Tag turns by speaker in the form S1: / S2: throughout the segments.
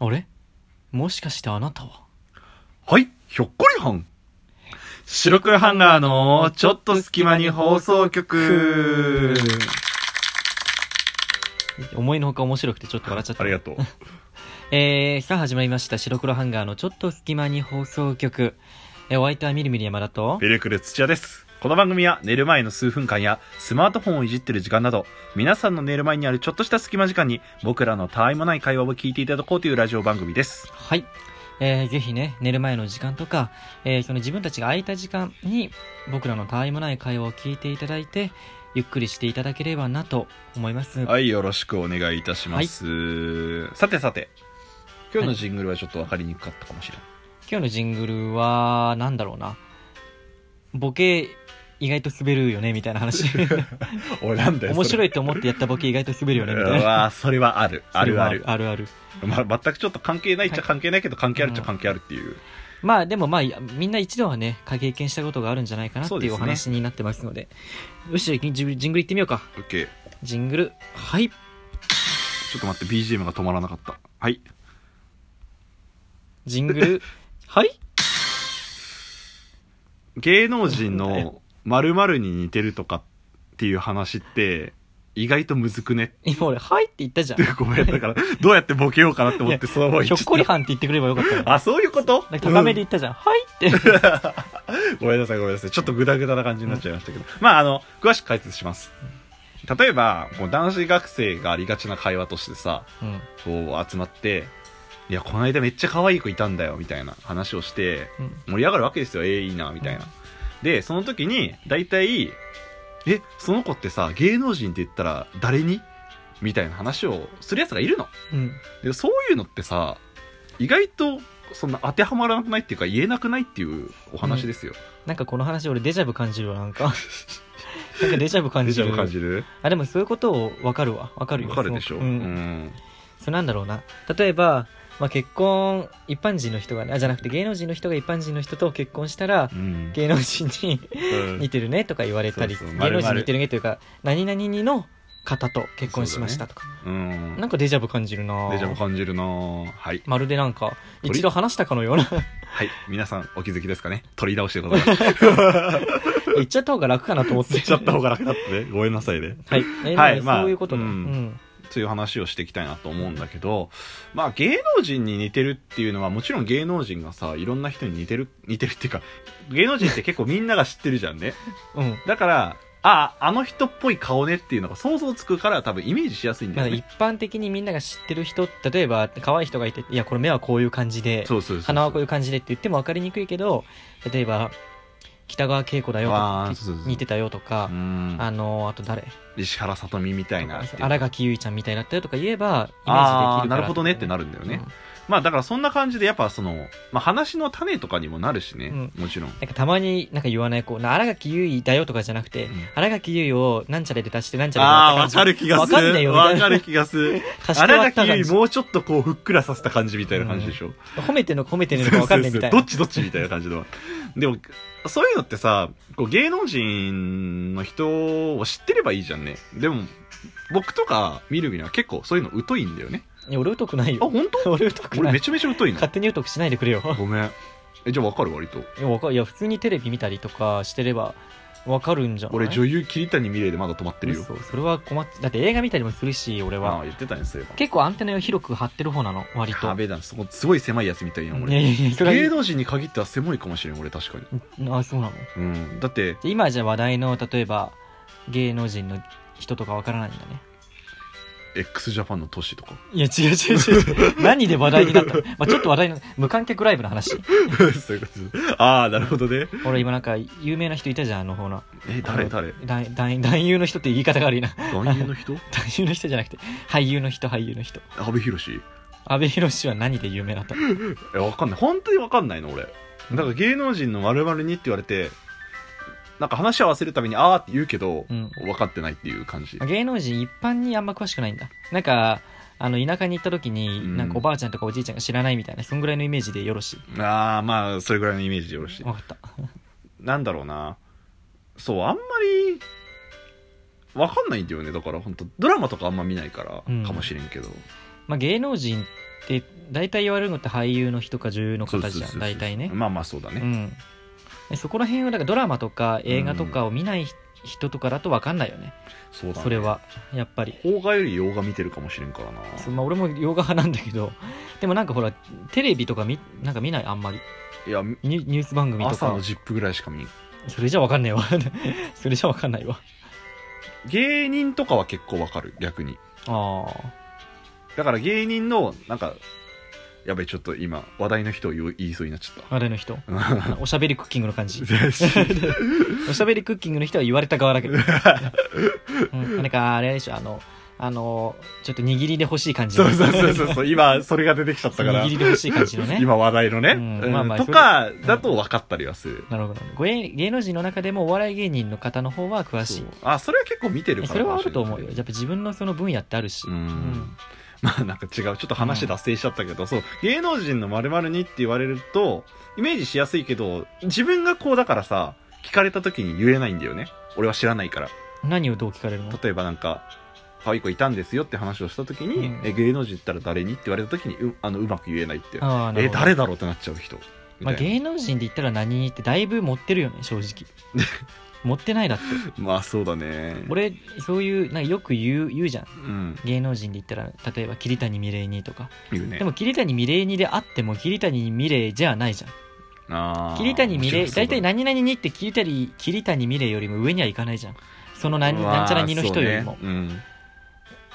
S1: あれもしかしてあなたは
S2: はい、ひょっこりはん。白黒ハンガーのちょっと隙間に放送局。
S1: 思いのほか面白くてちょっと笑っちゃった。
S2: ありがとう。
S1: えー、さあ始まりました。白黒ハンガーのちょっと隙間に放送局。えー、お相手はみるみる山田と、
S2: ベルクル土屋です。この番組は寝る前の数分間やスマートフォンをいじってる時間など、皆さんの寝る前にあるちょっとした隙間時間に僕らのたわいもない会話を聞いていただこうというラジオ番組です。
S1: はい。えー、ぜひね、寝る前の時間とか、えー、その自分たちが空いた時間に、僕らのたわいもない会話を聞いていただいて、ゆっくりしていただければなと思います。
S2: はい、よろしくお願いいたします。さてさて、今日のジングルはちょっとわかりにくかったかもしれない。
S1: 今日のジングルは、なんだろうな。ボケ、意外と滑るよね、みたいな 話。
S2: 俺なんだよ。
S1: 面白
S2: い。
S1: いと思ってやったボケ意外と滑るよね、みたいうな。
S2: わーそれはある。あるある
S1: それ。はあるある。
S2: まあ、全くちょっと関係ないっちゃ関係ないけど、関係あるっちゃ関係あるっていう。
S1: まあでもまあいやみんな一度はね過経験したことがあるんじゃないかなって
S2: そう
S1: い
S2: で
S1: う
S2: す
S1: お
S2: ね
S1: 話になってますのでよしジンジングルいってみようか
S2: OK。
S1: ジングルはい
S2: ちょっと待って、BGM が止まらなかった。はい。
S1: ジングル はい
S2: 芸能人の〇〇に似てるとかっていう話って、意外とむずくねっ
S1: 今俺「はい」って言ったじゃん
S2: てごめん。だから、どうやってボケようかなって思って、そのまま
S1: ひ
S2: 言
S1: ょ
S2: っ
S1: っ
S2: ち
S1: こ
S2: ゃ
S1: り
S2: っ
S1: はんって言ってくればよかったの
S2: た。あ、 そういうこと
S1: なんか高めで
S2: う
S1: 言
S2: ん
S1: ったじゃん「はい」って
S2: ごめんなさい、ごめんなさい。ちょっとグダグダな感じになっちゃいましたけど。まあ、あの、詳しく解説します。例えば、こう男子学生がありがちな会話としてさ、
S1: うん
S2: こう集まって、いや、この間めっちゃ可愛い子いたんだよ、みたいな話をして、
S1: うん
S2: 盛り上がるわけですよ、ええいいな、みたいな。
S1: うん
S2: で、その時に、大体、え、その子ってさ、芸能人って言ったら誰にみたいな話をする奴がいるの。
S1: うん
S2: で、そういうのってさ、意外と、そんな当てはまらなくないっていうか言えなくないっていうお話ですよ。
S1: なんかこの話俺デジャブ感じるわなん かなんかデジャブ感
S2: デ
S1: じ
S2: ジ
S1: る
S2: ャブ感じる
S1: あでもそういうことを分かるわ分かるよ
S2: わかるでしょ、
S1: すご
S2: う
S1: くうん
S2: ん、
S1: それなんだろうな例えば、まあ、結婚一般人の人がねあじゃなくて芸能人の人が一般人の人と結婚したら
S2: うん。
S1: 芸能人に似てるねとか言われたり
S2: そうそう
S1: 芸能
S2: 丸
S1: 人
S2: 々
S1: に似てるねというか何々にの方と結婚しましたとか、
S2: うん。
S1: なんかデジャブ感じるなぁ
S2: デジャブ感じるなぁはい。
S1: まるでなんか
S2: 鳥
S1: 一度話したかのよう な
S2: はい、皆さんお気づきですかね取り直しでございます。
S1: 言っちゃった方が楽かなと思って
S2: 言っちゃった方が楽だ ってね。ごめんなさいね。
S1: はい、え
S2: はい
S1: なんか
S2: まあ
S1: そういうことね、
S2: う
S1: うんん
S2: という話をしていきたいなと思うんだけど、まあ芸能人に似てるっていうのはもちろん芸能人がさ、いろんな人に似てる、似てるっていうか、芸能人って結構みんなが知ってるじゃんね。
S1: うん
S2: だから、ああ、あの人っぽい顔ねっていうのが想像つくから多分イメージしやすいんだ
S1: なん
S2: よ
S1: か
S2: ね
S1: 一。般的にみんなが知ってる人例えば可愛い人がいていやこれ目はこういう感じで
S2: そうそうそうそう。
S1: 花はこういう感じでって言っても分かりにくいけど例えば北川景子だよと
S2: あ
S1: か
S2: ーそうそうそう
S1: 似てたよとか
S2: う、ん。
S1: あのあと誰
S2: 石原さとみみたいなっていうか。
S1: 新垣結衣ちゃんみたいだったよとか言えばイメージでき
S2: ああ、
S1: るから
S2: なるほどねってなるんだよね。まあだからそんな感じでやっぱその、まあ話の種とかにもなるしね、
S1: うん
S2: もちろん。
S1: なんかたまになんか言わないこうな新垣結衣だよとかじゃなくて、
S2: うん
S1: 新垣結衣をなんちゃらで出してなんちゃ
S2: あ
S1: ら
S2: あ、
S1: で出
S2: わ
S1: した
S2: か
S1: 感
S2: る気がす
S1: わかんない
S2: る。
S1: よ
S2: わ
S1: み
S2: か
S1: たい
S2: る気が する。
S1: な
S2: 荒垣
S1: た
S2: 結衣もうちょっとこうふっくらさせた感じみたいな感じでしょ。
S1: 褒めてんのか褒めてね
S2: そ
S1: え
S2: う
S1: のか
S2: そう
S1: わか
S2: そ
S1: んな
S2: う
S1: いみたい
S2: ど
S1: な
S2: っちどっちみたいな感じの。でも、そういうのってさ、こう芸能人の人を知ってればいいじゃんね。でも、僕とか見るみは結構そういうの疎いんだよね。
S1: いや俺疎くない
S2: あ、
S1: よ
S2: 本当
S1: 俺疎くな
S2: 俺
S1: い
S2: めちゃめちゃ疎いの。
S1: 勝手に疎くしないでくれ よ
S2: ごめん。え、じゃあわかる割と。
S1: いやわかいや普通にテレビ見たりとかしてればわかるんじゃない
S2: 俺女優桐谷美玲でまだ止まってるよ。
S1: 嘘それは困っだって映画見たりもするし俺
S2: あ
S1: は
S2: あ、言ってたね、そういえば。
S1: 結構アンテナを広く張ってる方なの割と
S2: やべえだな、そこすごい狭いやつみたいやん、
S1: いや
S2: 俺。
S1: いやいやそれ
S2: 芸
S1: は
S2: 能人に限っては狭いかもしれん、俺確かに。
S1: あそうなの
S2: うん、だって
S1: で今じゃ話題の例えば芸能人の人とかわからないんだね
S2: x ジャパンの都市とか
S1: いや違う違う違う何で話題になったの、まあ、ちょっと話題の無観客ライブの話
S2: そういうことああなるほどね
S1: 俺今なんか有名な人いたじゃんあのほら
S2: え誰誰
S1: だ男男優の人って言い方が悪いな
S2: 男優の人
S1: 男優の人じゃなくて俳優の人俳優の人
S2: 阿部寛
S1: 阿部寛は何で有名だったの
S2: えわかんない本当にわかんないの俺だから芸能人の〇〇にって言われてなんか話を合わせるためにああって言うけど、
S1: うん
S2: 分かってないっていう感じ
S1: 芸能人一般にあんま詳しくないんだなんかあの田舎に行った時に、
S2: うん
S1: なんかおばあちゃんとかおじいちゃんが知らないみたいなそんぐらいのイメージでよろし
S2: ああまあそれぐらいのイメージでよろし
S1: い
S2: い
S1: 分かった
S2: なんだろうなそうあんまりわかんないんだよねだから本当ドラマとかあんま見ないから
S1: うん
S2: かもしれんけど、
S1: まあ、芸能人って大体言われるのって俳優の人か女優の
S2: そう
S1: 方
S2: そう
S1: じゃ
S2: そ
S1: ん
S2: う
S1: 大体ね
S2: まあまあそうだ
S1: う
S2: ね、
S1: んでそこら辺はだからドラマとか映画とかを見ない人とかだと分かんないよね、
S2: そうだね
S1: それはやっぱり
S2: 邦画より洋画見てるかもしれんからな
S1: そうまあ、俺も洋画派なんだけどでもなんかほらテレビとか見なんか見ないあんまり
S2: いや
S1: ニュニュース番組と
S2: 朝
S1: か
S2: のジップぐらいしか見ん
S1: それじゃ分かんないわ それじゃ分かんないわ
S2: 芸人とかは結構わかる逆に
S1: あ
S2: だから芸人のなんかやべちょっと今話題の人を言う言いそうになっちゃっ
S1: ああれの 人
S2: た
S1: おしゃべりクッキングの感 じ
S2: う
S1: おしゃべりクッキングの人は言われた側だ けど、うん、なんかあれでしょあのあのちょっと握りで欲しい感じの
S2: そうそう そうそう今それが出てきちゃったから
S1: 握りで欲しい感じのね
S2: 今話題のね、
S1: うん
S2: うん
S1: まあまあ
S2: とかだと分かったりはする、
S1: なるほどご芸芸能人の中でもお笑い芸人の方の方は詳し
S2: そ
S1: いう
S2: あそれは結構見てるから
S1: それはあると思
S2: か
S1: う
S2: も
S1: よ
S2: し
S1: やっ
S2: れない
S1: ぱ自分のその分野ってあるし
S2: うん、まあなんか違うちょっと話脱線しちゃったけど、そう芸能人の〇〇にって言われるとイメージしやすいけど自分がこうだからさ聞かれた時に言えないんだよね俺は知らないから
S1: 何をどう聞かれるの
S2: 例えばなんか可愛い子いたんですよって話をした時に、
S1: うん
S2: え芸能人ったら誰にって言われた時にうあのうまく言えないって
S1: ああなる
S2: え
S1: ほど
S2: 誰だろうってなっちゃう人み
S1: ま
S2: た
S1: あ、
S2: いな
S1: 芸能人で言ったら何ってだいぶ持ってるよね正直持ってないだって
S2: まあそうだね
S1: 俺そういうなんかよく言う言うじゃん
S2: うん
S1: 芸能人で言ったら例えば桐谷美玲にとか
S2: 言うね
S1: でも桐谷美玲にであっても桐谷美玲じゃないじゃん
S2: あー
S1: 桐谷美
S2: 面
S1: 玲大
S2: 白いそう
S1: 体
S2: だ
S1: 何
S2: ね
S1: 々にって桐谷桐谷美玲よりも上にはいかないじゃんその何なんちゃらにの人よりも、
S2: まあそうね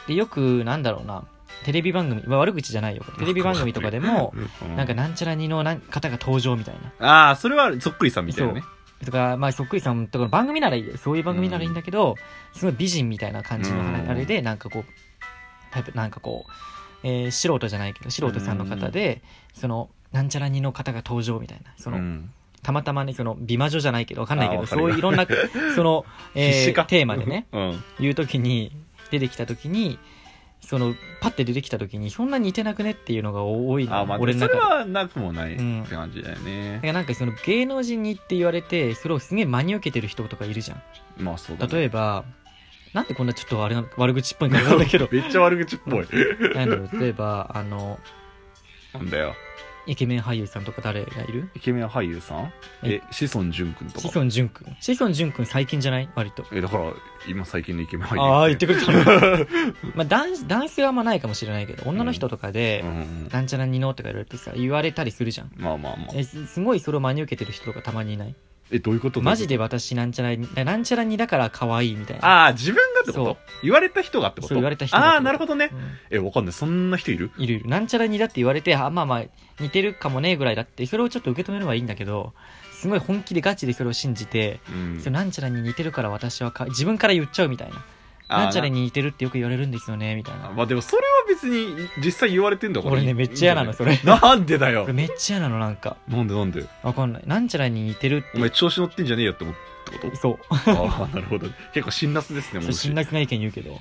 S1: でよくなんだろうなテレビ番組、まあ悪口じゃないよテレビ番組とかでも
S2: うんう
S1: なんかなんちゃらにのなん方が登場みたいな
S2: ああそれはそっくりさんみたいなね
S1: とか、まあ、そっくりさんとかの番組ならいいよそういう番組ならいいんだけど、すごい美人みたいな感じの
S2: うん
S1: あれでなんかこうタイプなんかこう、えー素人じゃないけど素人さんの方で、そのなんちゃらにの方が登場みたいなその、
S2: うん
S1: たまたまねその美魔女じゃないけどわかんないけ
S2: あ
S1: ど
S2: わかる
S1: そうい
S2: よ
S1: うい ろんなその、えー
S2: 必死か
S1: テーマでね
S2: うん
S1: 言う時に出てきた時にそのパッて出てきた時にそんな似てなくねっていうのが多いの
S2: あーまあ
S1: 俺の
S2: そ
S1: 中
S2: れ
S1: で。
S2: はなくもないっ
S1: うん
S2: て感じだよ
S1: だ
S2: ね
S1: からなんかその芸能人にって言われてそれをすげえ真に受けてる人とかいるじゃん
S2: まあそうだ
S1: 例
S2: ね、
S1: えば、なんでこんなちょっとあれな悪口っぽいんか分かんないけど
S2: めっちゃ悪口っぽい
S1: なんだろう例えば、あの、
S2: なんだよ
S1: イケメン俳優さんとか誰がいる
S2: イケメン俳優さんえ志尊淳君と
S1: 志
S2: か
S1: 尊淳君。志尊淳君最近じゃない割と。
S2: えだから今最近のイケメン俳優
S1: ああ、言って
S2: く
S1: くれた の。まあ男子、男性はあんまないかもしれないけど、女の人とかで、なんちゃらにのとか言われてさ、言われたりするじゃん。
S2: まあまあまあ
S1: えすすごいそれを真に受けてる人とかたまにいない
S2: えどういうこと
S1: マジで私なんちゃらになんちゃらにだから可愛いみたいな
S2: ああ自分がっ
S1: そ
S2: てこと
S1: う
S2: 言われた人がってこと
S1: そう言われた人がってこと
S2: ああなるほどね
S1: うん
S2: えわかんないそんな人いる
S1: いるいる。なんちゃらにだって言われて、あ、まあまあ、似てるかもね、ぐらいだって、それをちょっと受け止めればいいんだけど、すごい本気でガチでそれを信じて、
S2: うん
S1: そのなんちゃらに似てるから私はか、自分から言っちゃうみたいな。
S2: あー
S1: なんちゃらに似てるってよく言われるんですよね、みたい
S2: あ
S1: な。
S2: まあでもそれは別に実際言われてんだから
S1: 俺ね、めっちゃ嫌なの、それ。
S2: なんでだよ
S1: 俺めっちゃ嫌なの、なんか。
S2: なんでなんで
S1: わかんない。なんちゃらに似てる
S2: お前調子乗ってんじゃねえ よって思ったってこ
S1: そう。
S2: とああなるほど結構辛辣です
S1: そ
S2: ね
S1: う、
S2: も
S1: 辛辣な意見言うけど。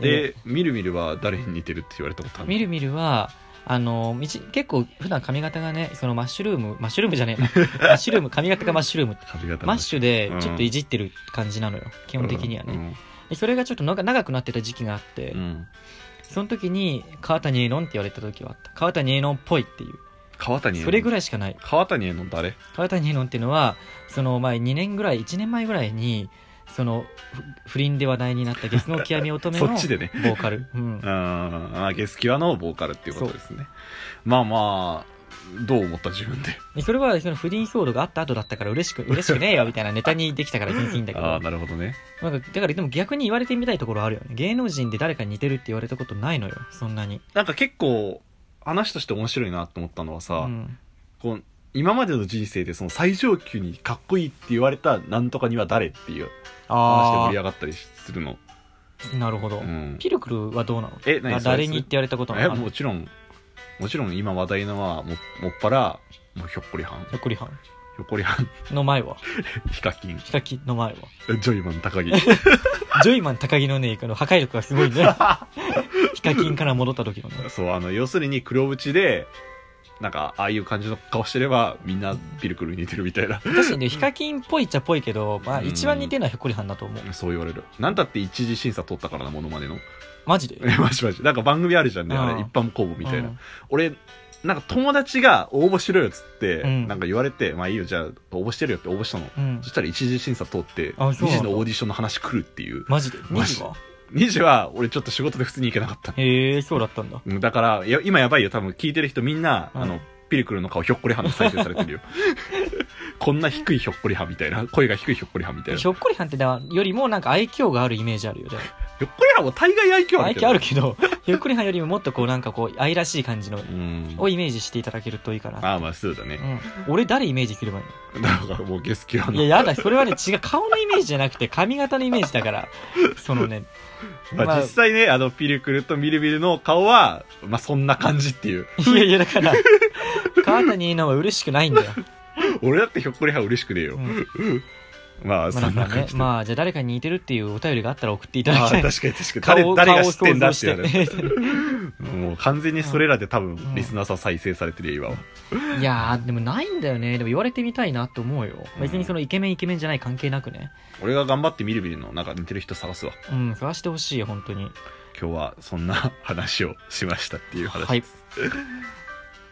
S2: でみるみるは誰に似てるって言われたことある
S1: みるみるはあのみち結構普段髪型がねそのマッシュルームマッシュルームじゃね えなマッシュルーム髪型がマッシュルーム
S2: 髪型
S1: マッシュでちょっと
S2: うん
S1: いじってる感じなのよ、基本的にはね、
S2: ね
S1: でそれがちょっとのが長くなってた時期があって、
S2: うんうん
S1: その時に川谷絵音って言われた時はあった川谷絵音っぽいっていう
S2: 川谷絵音
S1: それぐらいしかない
S2: 川谷絵の誰
S1: 川谷絵音っていうのはその前2年ぐらい1年前ぐらいにそのふ不倫で話題になったゲスの極み乙女の
S2: そっちでね
S1: ボーカル、うん
S2: う、んあゲスキワのボーカルっていうことですねまあまあどう思った自分で
S1: でそれはその不倫騒動があった後だったから嬉しく嬉しくねえよみたいなネタにできたから全然いいんだけど
S2: ああーなるほどね
S1: なんかだからでも逆に言われてみたいところあるよね芸能人で誰かに似てるって言われたことないのよそんなに
S2: なんか結構話として面白いなと思ったのはさ、
S1: うん
S2: こう今までの人生でその最上級にかっこいいって言われたなんとかには誰っていう話で
S1: あ
S2: 盛り上がったりするの、
S1: あなるほど、
S2: うん、
S1: ピルクルはどうなの
S2: え何
S1: あ
S2: それ
S1: 誰にって言われたことな
S2: え
S1: いの
S2: もちろんもちろん今話題のはももっぱらもうひょっこりはんひ
S1: ひょっこりはん
S2: ょっこりはん
S1: の前は
S2: ヒカキン
S1: ヒカキンの前は
S2: ジョイマン 高木
S1: ジョイマン高木のねあの破壊力がすごい ねヒカキンから戻った時のね
S2: そうあの要するに黒縁でなんかああいう感じの顔してればみんなピルクルに似てるみたいな
S1: 確かにねヒカキンっぽいっちゃっぽいけど、まあ、
S2: うん
S1: 一番似てるのはひょっこりはんだと思う
S2: そう言われるなんたって一次審査通ったからなモノマネの
S1: マジで
S2: えマジマジなんか番組あるじゃんねあ
S1: うん
S2: れ一般公募みたいな、
S1: うん
S2: 俺なんか友達が応募しろよっつって、
S1: うん
S2: なんか言われてまあいいよじゃあ応募してるよって応募したの、
S1: うん
S2: そしたら一次審査通って
S1: あ
S2: 二
S1: そうなんだ
S2: 次のオーディションの話来るっていう
S1: マジで
S2: マ
S1: 2
S2: ジ
S1: 時は
S2: 二次は俺ちょっと仕事で普通に行けなかった
S1: へえそうだったんだ
S2: うんだからいや今やばいよ多分聞いてる人みんな、
S1: うん
S2: あのピルクルの顔ひょっこりはんで再生されて るよこんな低いひょっこりはんみたいな声が低いひょっこりはんみたいな
S1: ひょっこりはんってなよりもなんか愛嬌があるイメージあるよね
S2: ひょっこりはんも大概愛嬌あ
S1: 愛
S2: るけ
S1: 嬌
S2: ど
S1: あるけど ひょっこりはんよりももっとこうなんかこう愛らしい感じの
S2: うん
S1: をイメージしていただけるといいかな、
S2: ああまあそうだ
S1: う
S2: ね、
S1: ん、俺誰イメージすればいいの
S2: なんかもうゲスキュアの
S1: いや、やだ、それはね、違う、顔のイメージじゃなくて、髪型のイメージだから、そのね、
S2: まあ、
S1: まあ
S2: 実際ね、あの、ピルクルとミルビルの顔は、まあ、そんな感じっていう。
S1: いやいや、だから、川谷いいのは嬉しくないんだよ。
S2: 俺だってひょっこりはん嬉しくねえよ
S1: う。ん
S2: ま あ、
S1: ま
S2: そ
S1: あ、だ
S2: んな
S1: から
S2: 感
S1: ね、
S2: じで。
S1: まあ、じゃあ誰かに似てるっていうお便りがあったら送っていただ
S2: あ
S1: き
S2: あ、
S1: たい。
S2: 確かに確かに。誰、誰が知ってんだって言われる。
S1: る。
S2: もう完全にそれらで多
S1: ん
S2: 分、リスナーさん再生されてるよ、今は。
S1: いやー、でもないんだよね。でも言われてみたいなと思うよ。
S2: うん
S1: 別にそのイケメンイケメンじゃない関係なくね。
S2: 俺が頑張ってミルビルのなんか似てる人探すわ。
S1: うん、探してほしい、本当に。
S2: 今日はそんな話をしましたっていう話。
S1: は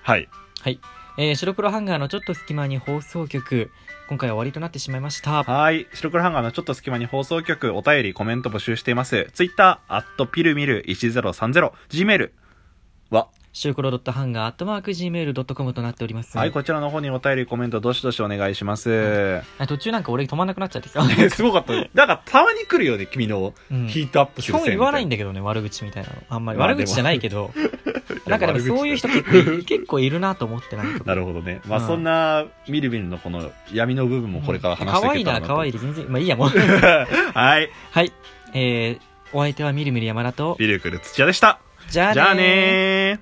S2: はい。
S1: い。えー、白黒ハンガーのちょっと隙間に放送局、今回は終わりとなってしまいました。
S2: はい。白黒ハンガーのちょっと隙間に放送局、お便り、コメント募集しています。ツイッター、アットピルミル1030、Gmail は、
S1: シュークロドットハンガーアットマーク Gmail.com となっております。
S2: はい、こちらの方にお便り、コメント、どしどしお願いします。
S1: あ途中なんか俺止まんなくなっちゃってさ。
S2: え すごかった。なんか、たまに来るよね、君の
S1: うん
S2: ヒートアップす
S1: 基
S2: る
S1: 本言わないん
S2: だ
S1: だけどね、悪口みたいなの。あんまり。
S2: まあ
S1: 悪口じゃないけど。な
S2: や
S1: んかでも
S2: 悪口だよ
S1: そういう人結構い結構いるなと思ってなんか。
S2: なるほどね。まあ、
S1: うん
S2: そんな、みるみるのこの闇の部分もこれから話していけた
S1: 可愛いな、
S2: ら
S1: 可愛い
S2: い
S1: で全然。まあいいや、もう。
S2: なと。 はい。
S1: はい。えー、お相手はみるみる山田と。
S2: ミルクル土屋でした。
S1: じゃあねー
S2: じゃあねー。